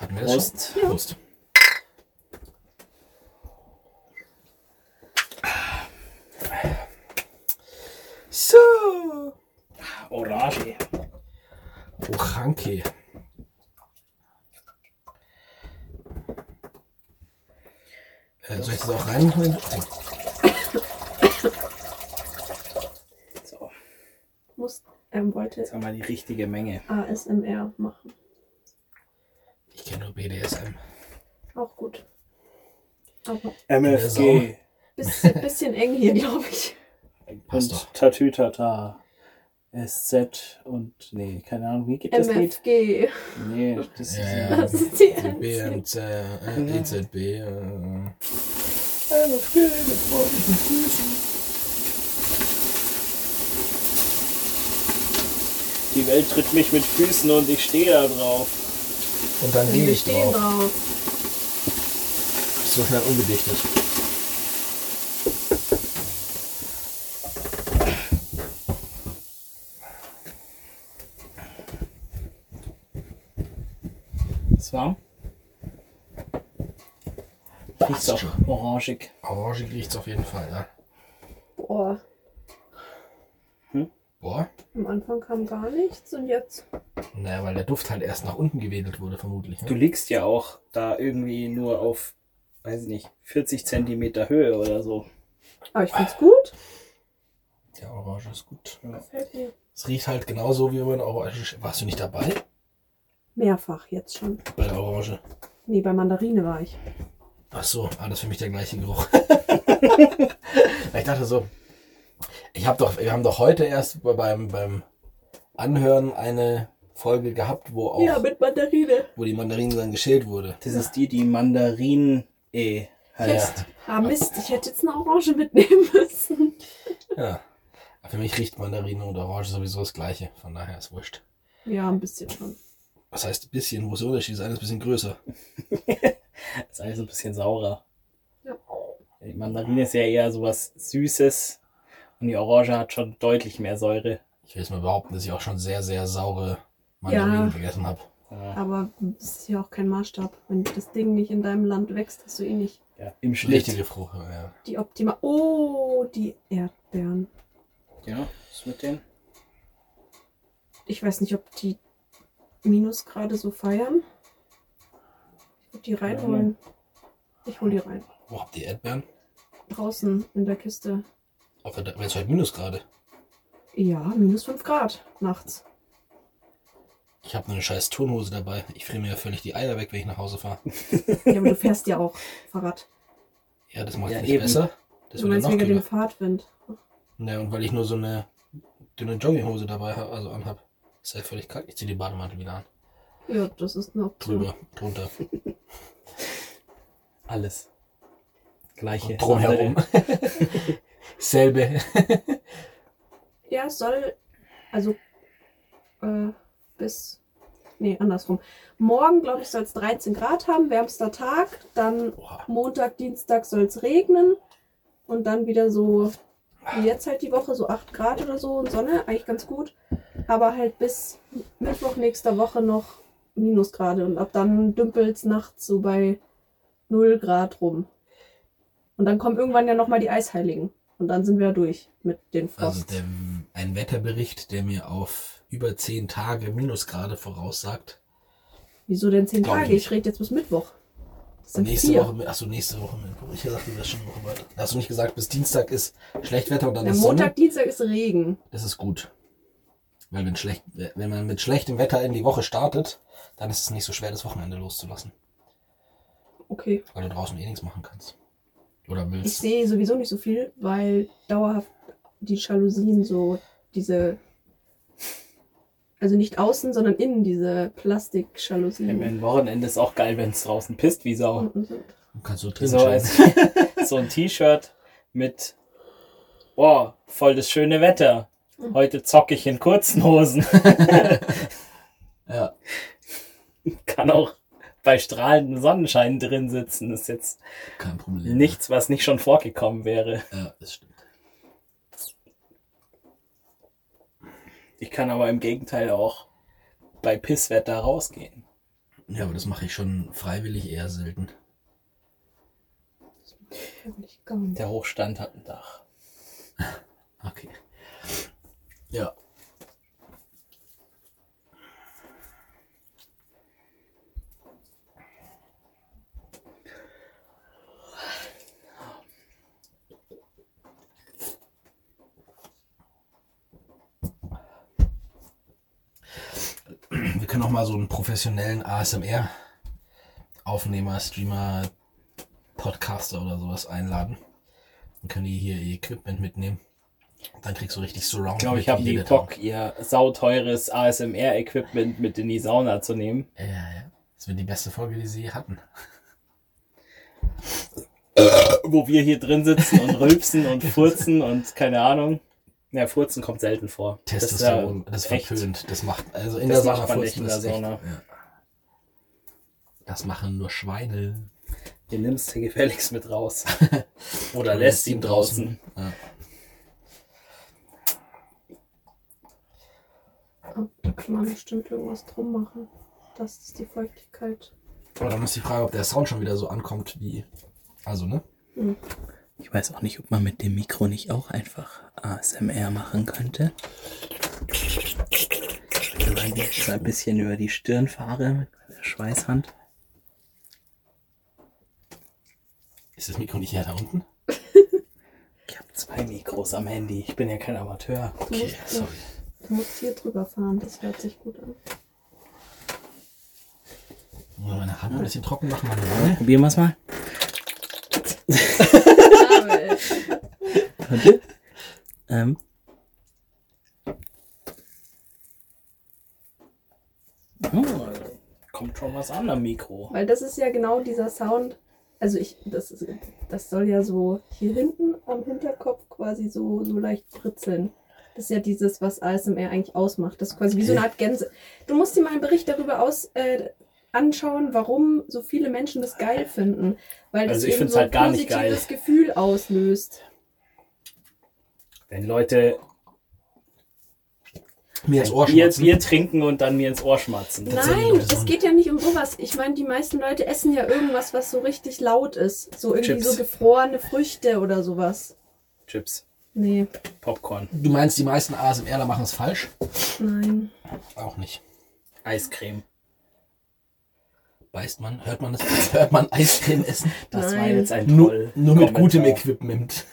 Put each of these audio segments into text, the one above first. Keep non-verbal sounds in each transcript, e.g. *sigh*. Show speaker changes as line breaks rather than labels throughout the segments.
Hatten wir das
Prost.
schon? Prost.
So. Orange.
Oranke. Äh, soll ich das auch reinholen?
So,
Muss, ähm, wollte
jetzt haben wir die richtige Menge.
ASMR machen.
Ich kenne nur BDSM.
Auch gut. Aber
MFG.
bisschen, bisschen eng hier, glaube ich.
Passt
und
doch.
Tatütata. SZ und nee, keine Ahnung, wie geht das Lied?
MFG.
Nee, das ist
Ja,
*laughs* Das ist die
Die
einzige.
BMZ, äh, EZB. Äh,
MFG mit freundlichen Füßen. Die Welt tritt mich mit Füßen und ich stehe da drauf.
und dann gehe
Wir
ich
stehen
drauf.
drauf.
So schnell ungedichtet.
Ist warm? Riecht auch
schon.
orangig.
Orange riecht's auf jeden Fall, ne? ja.
Boah,
Boah.
am Anfang kam gar nichts und jetzt.
Naja, weil der Duft halt erst nach unten gewedelt wurde, vermutlich.
Du
Ne?
liegst ja auch da irgendwie nur auf, weiß ich nicht, 40 Zentimeter Höhe oder so.
Aber ich find's gut.
Ja, Orange ist gut.
Gefällt mir.
Es riecht halt genauso wie wenn man Orange. Warst du nicht dabei?
Mehrfach jetzt schon.
Bei der Orange.
Nee, bei Mandarine war ich.
Ach so, ah, das ist für mich der gleiche Geruch. *laughs* ich dachte so, ich hab doch, wir haben doch heute erst bei- beim, beim Anhören eine Folge gehabt, wo auch
Ja, mit Mandarine.
wo die Mandarine dann geschält wurde.
Das ist die, die Mandarin-E heißt.
Ja.
Ah, Mist, ich hätte jetzt eine Orange mitnehmen *laughs* müssen.
ja. Aber Für mich riecht Mandarine und Orange sowieso das gleiche. Von daher ist wurscht.
Ja, ein bisschen schon.
Was heißt ein bisschen? Wo ist der Unterschied? Das eine ist ein bisschen größer.
Das ist alles ein bisschen saurer.
Ja.
Die Mandarine ist ja eher sowas Süßes und die Orange hat schon deutlich mehr Säure.
Ich will jetzt mal behaupten, dass ich auch schon sehr, sehr saure Mandarinen
Ja.
gegessen habe.
Ja,
Aber das ist ja auch kein Maßstab. Wenn das Ding nicht in deinem Land wächst, hast du eh nicht
ja, Im Schnitt.
Richtige Frucht, ja.
die optima. Oh, die Erdbeeren.
Ja, was mit denen?
Ich weiß nicht, ob die Minusgrade so feiern. Ich würde die reinholen. Ich hole die rein.
Wo habt ihr Erdbeeren?
Draußen in der Kiste.
Wenn es heute Minusgrade.
Ja, minus 5 Grad nachts.
Ich habe nur eine scheiß Turnhose dabei. Ich friere mir ja völlig die Eier weg, wenn ich nach Hause fahre.
Ja, aber du fährst ja auch Fahrrad.
Ja, das macht
Ja,
nicht
eben.
besser. Das wird ja
du meinst
noch
wegen dem
dünner.
Fahrtwind.
Ne, und weil ich nur so eine dünne Jogginghose dabei habe, also anhab. Ist ja völlig kalt. Ich ziehe die Bademantel wieder an.
Ja, das ist eine Option.
Drüber,
*laughs*
drunter
Alles. Gleiche.
und
*laughs*
drumherum. Selbe.
Ja, es soll. Also. Äh, bis. Nee, andersrum. Morgen, glaube ich, soll es 13 Grad haben, wärmster Tag. Dann
Oha.
Montag, Dienstag soll es regnen. Und dann wieder so. Wie jetzt halt die Woche, so 8 Grad oder so und Sonne. Eigentlich ganz gut. Aber halt bis Mittwoch nächster Woche noch Minusgrade. Und ab dann dümpelt es nachts so bei 0 Grad rum. Und dann kommen irgendwann ja nochmal die Eisheiligen. Und dann sind wir ja durch mit den Frost.
Also der, ein Wetterbericht, der mir auf über 10 Tage Minusgrade voraussagt.
Wieso denn zehn
Glaub ich
Tage?
nicht.
Ich rede jetzt bis Mittwoch. Das sind
Nächste
vier.
Woche, mit- achso, nächste Woche mit. Ich dachte, du wärst schon eine Woche weiter. Hast du nicht gesagt, bis Dienstag ist Schlechtwetter und dann
Der
ist Sonne?
Montag, Dienstag ist Regen.
Das ist gut. Weil wenn, schlecht, wenn man mit schlechtem Wetter in die Woche startet, dann ist es nicht so schwer, das Wochenende loszulassen.
Okay.
Weil du draußen eh nichts machen kannst. Oder
Ich
willst.
sehe sowieso nicht so viel, weil dauerhaft die Jalousien so diese. Also nicht außen, sondern innen diese Plastik-Jalousien.
Im Wochenende ist auch geil, wenn es draußen pisst, wie Sau.
unten sind.
Du kannst so drin
So,
chillen.
als, *laughs* so ein T-Shirt mit, boah, voll das schöne Wetter. Heute zocke ich in kurzen *laughs* Hosen.
Ja.
*laughs* Kann auch bei strahlendem Sonnenschein drin sitzen. Ist jetzt
Kein Problem.
nichts, was nicht schon vorgekommen wäre.
Ja, das stimmt.
Ich kann aber im Gegenteil auch bei Pisswetter rausgehen.
Ja, aber das mache ich schon freiwillig eher selten.
Eigentlich gar nicht.
Der Hochstand hat ein Dach.
Okay. Ja. Wir können auch mal so einen professionellen ASMR-Aufnehmer, Streamer, Podcaster oder sowas einladen. Dann können die hier ihr Equipment mitnehmen. Dann kriegst du richtig Surround.
Ich glaube, ich
mit,
habe
wie
die
jeder
Bock, ihr sauteures ASMR-Equipment mit in die Sauna zu nehmen.
Ja, ja, ja. Das wird die beste Folge, die sie je hatten.
Wo wir hier drin sitzen und rülpsen
*laughs*
und furzen und keine Ahnung. Ja, furzen kommt selten vor. Das ist ja
Testosteron, das,
echt-
verpönt. Das macht, also in
Das
der Sauna
macht man nicht
furzen
in
ist
der
echt,
Sauna.
ja. Das machen nur Schweine.
Den nimmst du gefälligst mit
*laughs*
raus. Oder lässt ihn draußen.
Ja.
Ah, Da kann man bestimmt irgendwas drum machen, dass es die Feuchtigkeit.
Aber dann ist die Frage, ob der Sound schon wieder so ankommt wie. Also, ne?
Hm.
Ich weiß auch nicht, ob man mit dem Mikro nicht auch einfach ASMR machen könnte. Wenn ich so ein bisschen über die Stirn fahre mit der Schweißhand.
Ist das Mikro nicht eher da unten?
Ich habe zwei.
Zwei Mikros am Handy. Ich bin ja kein Amateur.
Du,
Okay,
musst,
sorry.
du musst hier drüber fahren, das hört sich gut an.
Nur meine Hand ein bisschen trocken machen, meine Wange.
Probieren wir es mal. Ähm. Oh,
Kommt schon was an am Mikro.
Weil das ist ja genau dieser Sound. Also ich, das ist, das soll ja so hier hinten am Hinterkopf quasi so, so leicht britzeln. Das ist ja dieses, was ASMR eigentlich ausmacht. Das ist quasi wie so eine Art Gänse. Du musst dir mal einen Bericht darüber aus, äh, anschauen, warum so viele Menschen das geil finden. Weil das
Also ich
eben
find's
so ein
halt gar nicht geil.
positives Gefühl auslöst.
Wenn Leute
Mir ins Ohr
Bier,
schmutzen.
Bier trinken und dann mir ins Ohr schmatzen.
Tatsächlich
Nein,
doch, das
es
ist-
geht ja nicht um sowas. Ich meine, die meisten Leute essen ja irgendwas, was so richtig laut ist. So irgendwie
Chips.
so gefrorene Früchte oder sowas.
Chips,
Nee,
Popcorn,
Du meinst, die meisten ASMRler machen es falsch?
nein.
Auch nicht.
Eiscreme.
Beißt man, hört man das? *laughs* Hört man Eiscreme essen?
Das war
Nein.
jetzt ein
Nur,
toll.
nur mit gutem
Kommentar.
Equipment.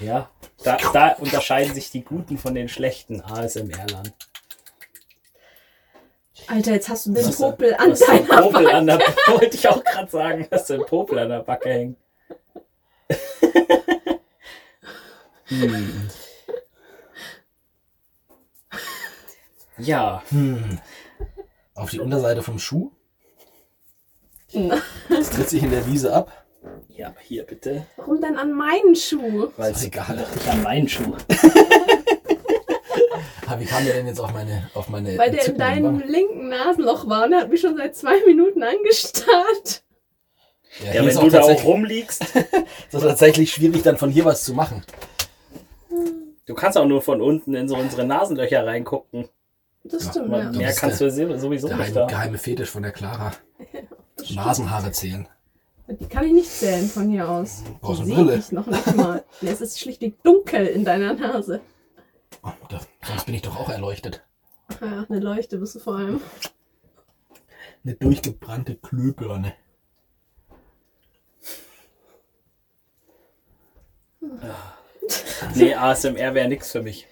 Ja, da, da unterscheiden sich die Guten von den Schlechten ASMR-Lern.
Alter, jetzt hast du den
Was-
Popel
Du
an
hast so einen
deiner
Popel
Wand.
an der *laughs* Wollte ich auch gerade sagen, dass du einen Popel an der Backe hängt. Hm. Ja,
Hm. Auf die Unterseite vom Schuh. Das tritt sich in der Wiese ab.
ja, hier bitte.
Warum denn an meinen Schuh?
Weil
Ist
es
egal.
nicht an meinen Schuh.
Aber wie kam der denn jetzt auf meine, auf meine
Weil der in
Zippen-
deinem linken Nasenloch war und er hat mich schon seit zwei Minuten angestarrt.
Ja, hier
Ja,
ist
wenn
auch
du da auch
tatsächlich-
rumliegst,
Das ist tatsächlich schwierig, dann von hier was zu machen.
du kannst auch nur von unten in so unsere Nasenlöcher reingucken.
Das
Ja,
stimmt,
Aber
ja.
du
Mehr
bist
kannst du sowieso
Der
nicht
heim,
da.
geheime Fetisch von der Clara.
Das stimmt.
Nasenhaare zählen.
Die kann ich nicht zählen von hier aus.
Brauchst
Die
eine
seh
Brille.
Ich noch
*laughs*
nicht mal. Nee, es ist schlichtweg dunkel in deiner Nase.
Oh, da, sonst bin ich doch auch erleuchtet.
Ja, eine Leuchte bist du vor allem.
Eine durchgebrannte Glühbirne.
Nee, ASMR wäre nichts für mich.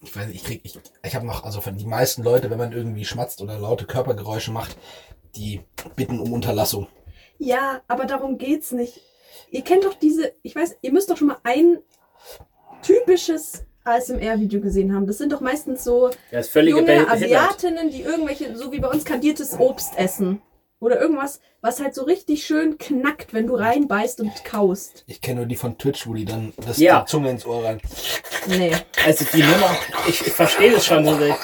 Ich weiß nicht, ich krieg, ich, ich habe noch, also von die meisten Leute, wenn man irgendwie schmatzt oder laute Körpergeräusche macht, die bitten um Unterlassung.
Ja, aber darum geht's nicht. Ihr kennt doch diese, ich weiß, ihr müsst doch schon mal ein typisches ASMR-Video gesehen haben. Das sind doch meistens so
Er ist völlige
junge
Behindert.
Asiatinnen, die irgendwelche, so wie bei uns, kandiertes Obst essen. Oder irgendwas, was halt so richtig schön knackt, wenn du reinbeißt und kaust.
Ich kenne nur die von Twitch, wo die dann das
Ja.
die Zunge ins Ohr rein.
Nee.
Also die Nummer, ich, ich verstehe das schon. Also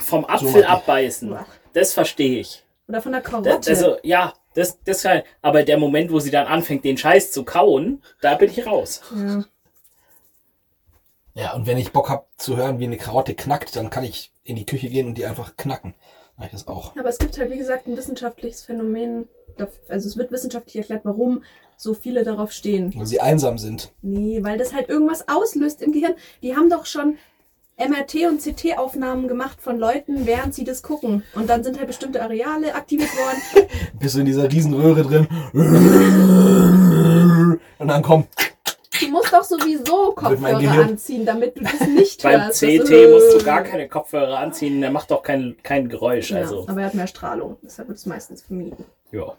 vom Apfel abbeißen, das verstehe ich.
Oder von der Karotte.
Das, also ja, das, das kann, aber der Moment, wo sie dann anfängt, den Scheiß zu kauen, da bin ich raus.
ja.
Ja, und wenn ich Bock hab zu hören, wie eine Karotte knackt, dann kann ich in die Küche gehen und die einfach knacken. Reicht das auch.
Aber es gibt halt, wie gesagt, ein wissenschaftliches Phänomen. daf- Also es wird wissenschaftlich erklärt, warum so viele darauf stehen.
Weil sie einsam sind.
Nee, weil das halt irgendwas auslöst im Gehirn. Die haben doch schon MRT- und CT-Aufnahmen gemacht von Leuten, während sie das gucken. Und dann sind halt bestimmte Areale aktiviert worden.
Bist du in dieser Riesenröhre drin. Und dann kommt.
Du musst doch sowieso
Wird mein
Kopfhörer
Gehirn-
anziehen, damit du das nicht
Beim
hörst.
CT musst du gar keine Kopfhörer anziehen, der macht doch kein, kein Geräusch.
Ja,
Also,
aber er hat mehr Strahlung. Deshalb wird es meistens vermieden. *laughs*
ja.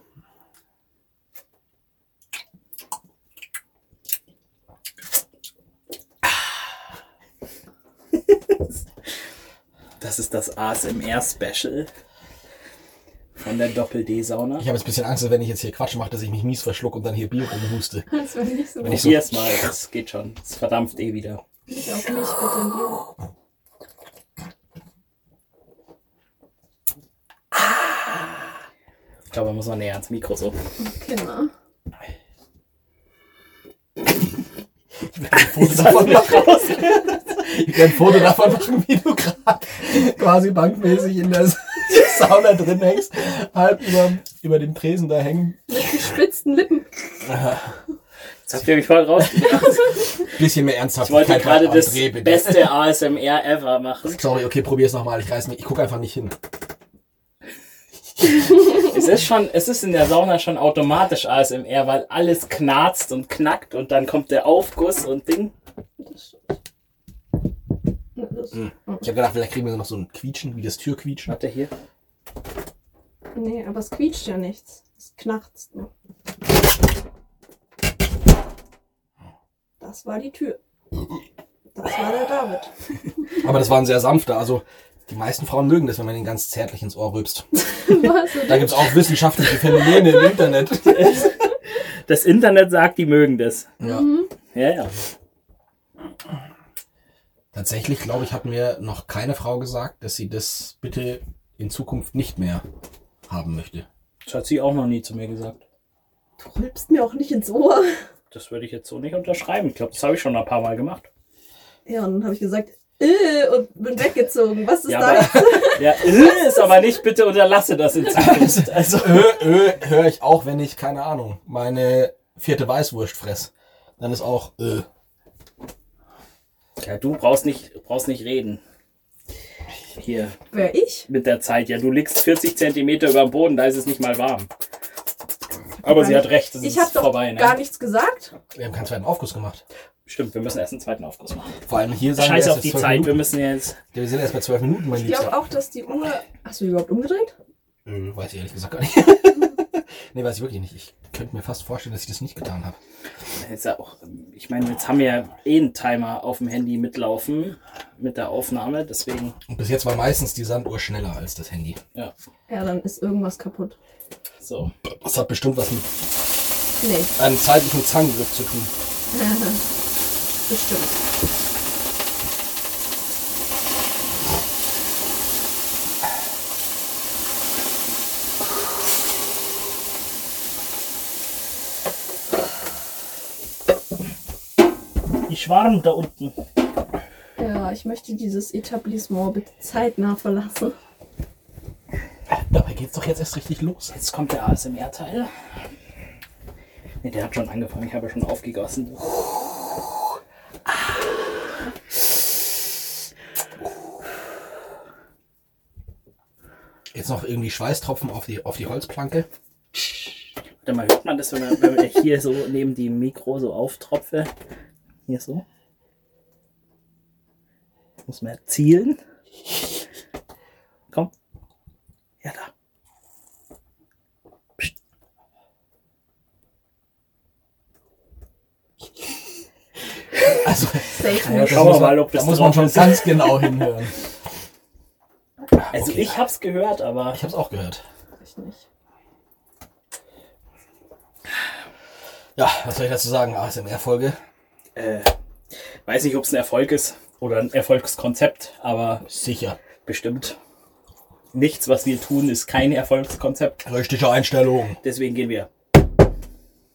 *laughs*
Das ist das ASMR-Special von der Doppel-D-Sauna.
Ich habe jetzt ein bisschen Angst, dass wenn ich jetzt hier Quatsch mache, dass ich mich mies verschluck und dann hier Bier rumhuste.
Das wäre nicht so
Wenn ich so-
Probier's mal, das geht schon. Es verdampft eh wieder.
Ich auch nicht mit dem Bier.
Ich glaube, man muss noch näher ans Mikro so.
Kinder.
Foto davon machen. Ich kann ein Foto davon machen, wie du gerade quasi bankmäßig in der Sauna drin hängst, halb über, über dem Tresen da hängen.
Mit gespitzten Lippen.
Jetzt habt ihr mich voll raus.
Bisschen mehr
Ich wollte
Ernsthaftigkeit
gerade
am
das
Dreh, bitte.
beste ASMR ever machen.
Sorry, okay, probier's nochmal. Ich reiß nicht. Ich guck einfach nicht hin.
*laughs* Es ist schon, es ist in der Sauna schon automatisch ASMR, weil alles knarzt und knackt und dann kommt der Aufguss und Ding.
Das Ja, das-
Ich habe gedacht, vielleicht kriegen wir noch so ein Quietschen, wie das Türquietschen.
Warte hier.
Nee, aber es quietscht ja nichts. Es knarzt nur. Das war die Tür. Das war der David. *laughs*
Aber das war ein sehr sanfter. Also die meisten Frauen mögen das, wenn man ihnen ganz zärtlich ins Ohr rübst.
Was?
Da gibt's auch wissenschaftliche Phänomene im Internet.
Das Internet sagt, die mögen das.
Ja.
Ja, ja.
Tatsächlich, glaube ich, hat mir noch keine Frau gesagt, dass sie das bitte in Zukunft nicht mehr haben möchte.
Das hat sie auch noch nie zu mir gesagt.
Du rülpst mir auch nicht ins Ohr.
Das würde ich jetzt so nicht unterschreiben. Ich glaube, das habe ich schon ein paar Mal gemacht.
Ja, und dann habe ich gesagt, äh, und bin weggezogen. Was ist
Ja,
da jetzt?
aber, *laughs* ja, äh, ist aber nicht, bitte unterlasse das in Zukunft. *laughs* Also,
Ö, ö, höre Äh, ich auch, wenn ich, keine Ahnung, meine vierte Weißwurst fress. Dann ist auch äh, ö.
ja, du brauchst nicht, brauchst nicht reden. Hier,
Wer ich?
mit der Zeit. Ja, du liegst 40 Zentimeter über dem Boden, da ist es nicht mal warm. Aber sie hat recht, es
Ich habe
ist
doch
vorbei. Ne?
gar nichts gesagt.
Wir haben keinen zweiten Aufguss gemacht.
Stimmt, wir müssen erst einen zweiten Aufguss machen.
Vor allem hier sagen
Scheiß
wir erst jetzt
auf die
12
Zeit, wir
Minuten.
müssen jetzt.
Wir sind erst bei zwölf Minuten, mein
Ich glaube
Liebster.
auch, dass die Uhr. Hast du die überhaupt umgedreht?
Ö, weiß ich ehrlich gesagt gar nicht. *laughs* nee, weiß ich wirklich nicht. Ich könnte mir fast vorstellen, dass ich das nicht getan habe.
Ist ja auch, ähm, ich meine, jetzt haben wir ja eh einen Timer auf dem Handy mitlaufen mit der Aufnahme, deswegen.
Und bis jetzt war meistens die Sanduhr schneller als das Handy.
Ja,
Ja, dann ist irgendwas kaputt.
so.
Das hat bestimmt was mit
Nee,
einem zeitlichen Zangengriff zu tun.
bestimmt.
Ich schwarm da unten.
Ja, ich möchte dieses Etablissement bitte zeitnah verlassen.
Dabei geht's doch jetzt erst richtig los.
Jetzt kommt der ASMR-Teil. Ne, der hat schon angefangen, ich habe schon aufgegossen.
Jetzt noch irgendwie Schweißtropfen auf die, auf die Holzplanke.
Warte mal, hört man das, wenn man, wenn man hier so neben dem Mikro so auftropfe? Hier so. Muss man zielen. Komm. Ja, da. Psst.
Also,
Safe
ja,
nicht.
das
schauen wir
muss man-
mal, ob das
Da muss man
drauf
schon
ist.
ganz genau
*laughs*
hinhören.
Also
Okay.
ich hab's gehört, aber
Ich hab's auch gehört.
Ich nicht.
Ja, was soll ich dazu sagen? ASMR-Folge.
äh, weiß nicht, ob es ein Erfolg ist oder ein Erfolgskonzept, aber
Sicher.
bestimmt. Nichts, was wir tun, ist kein Erfolgskonzept.
Richtige Einstellung.
Deswegen gehen wir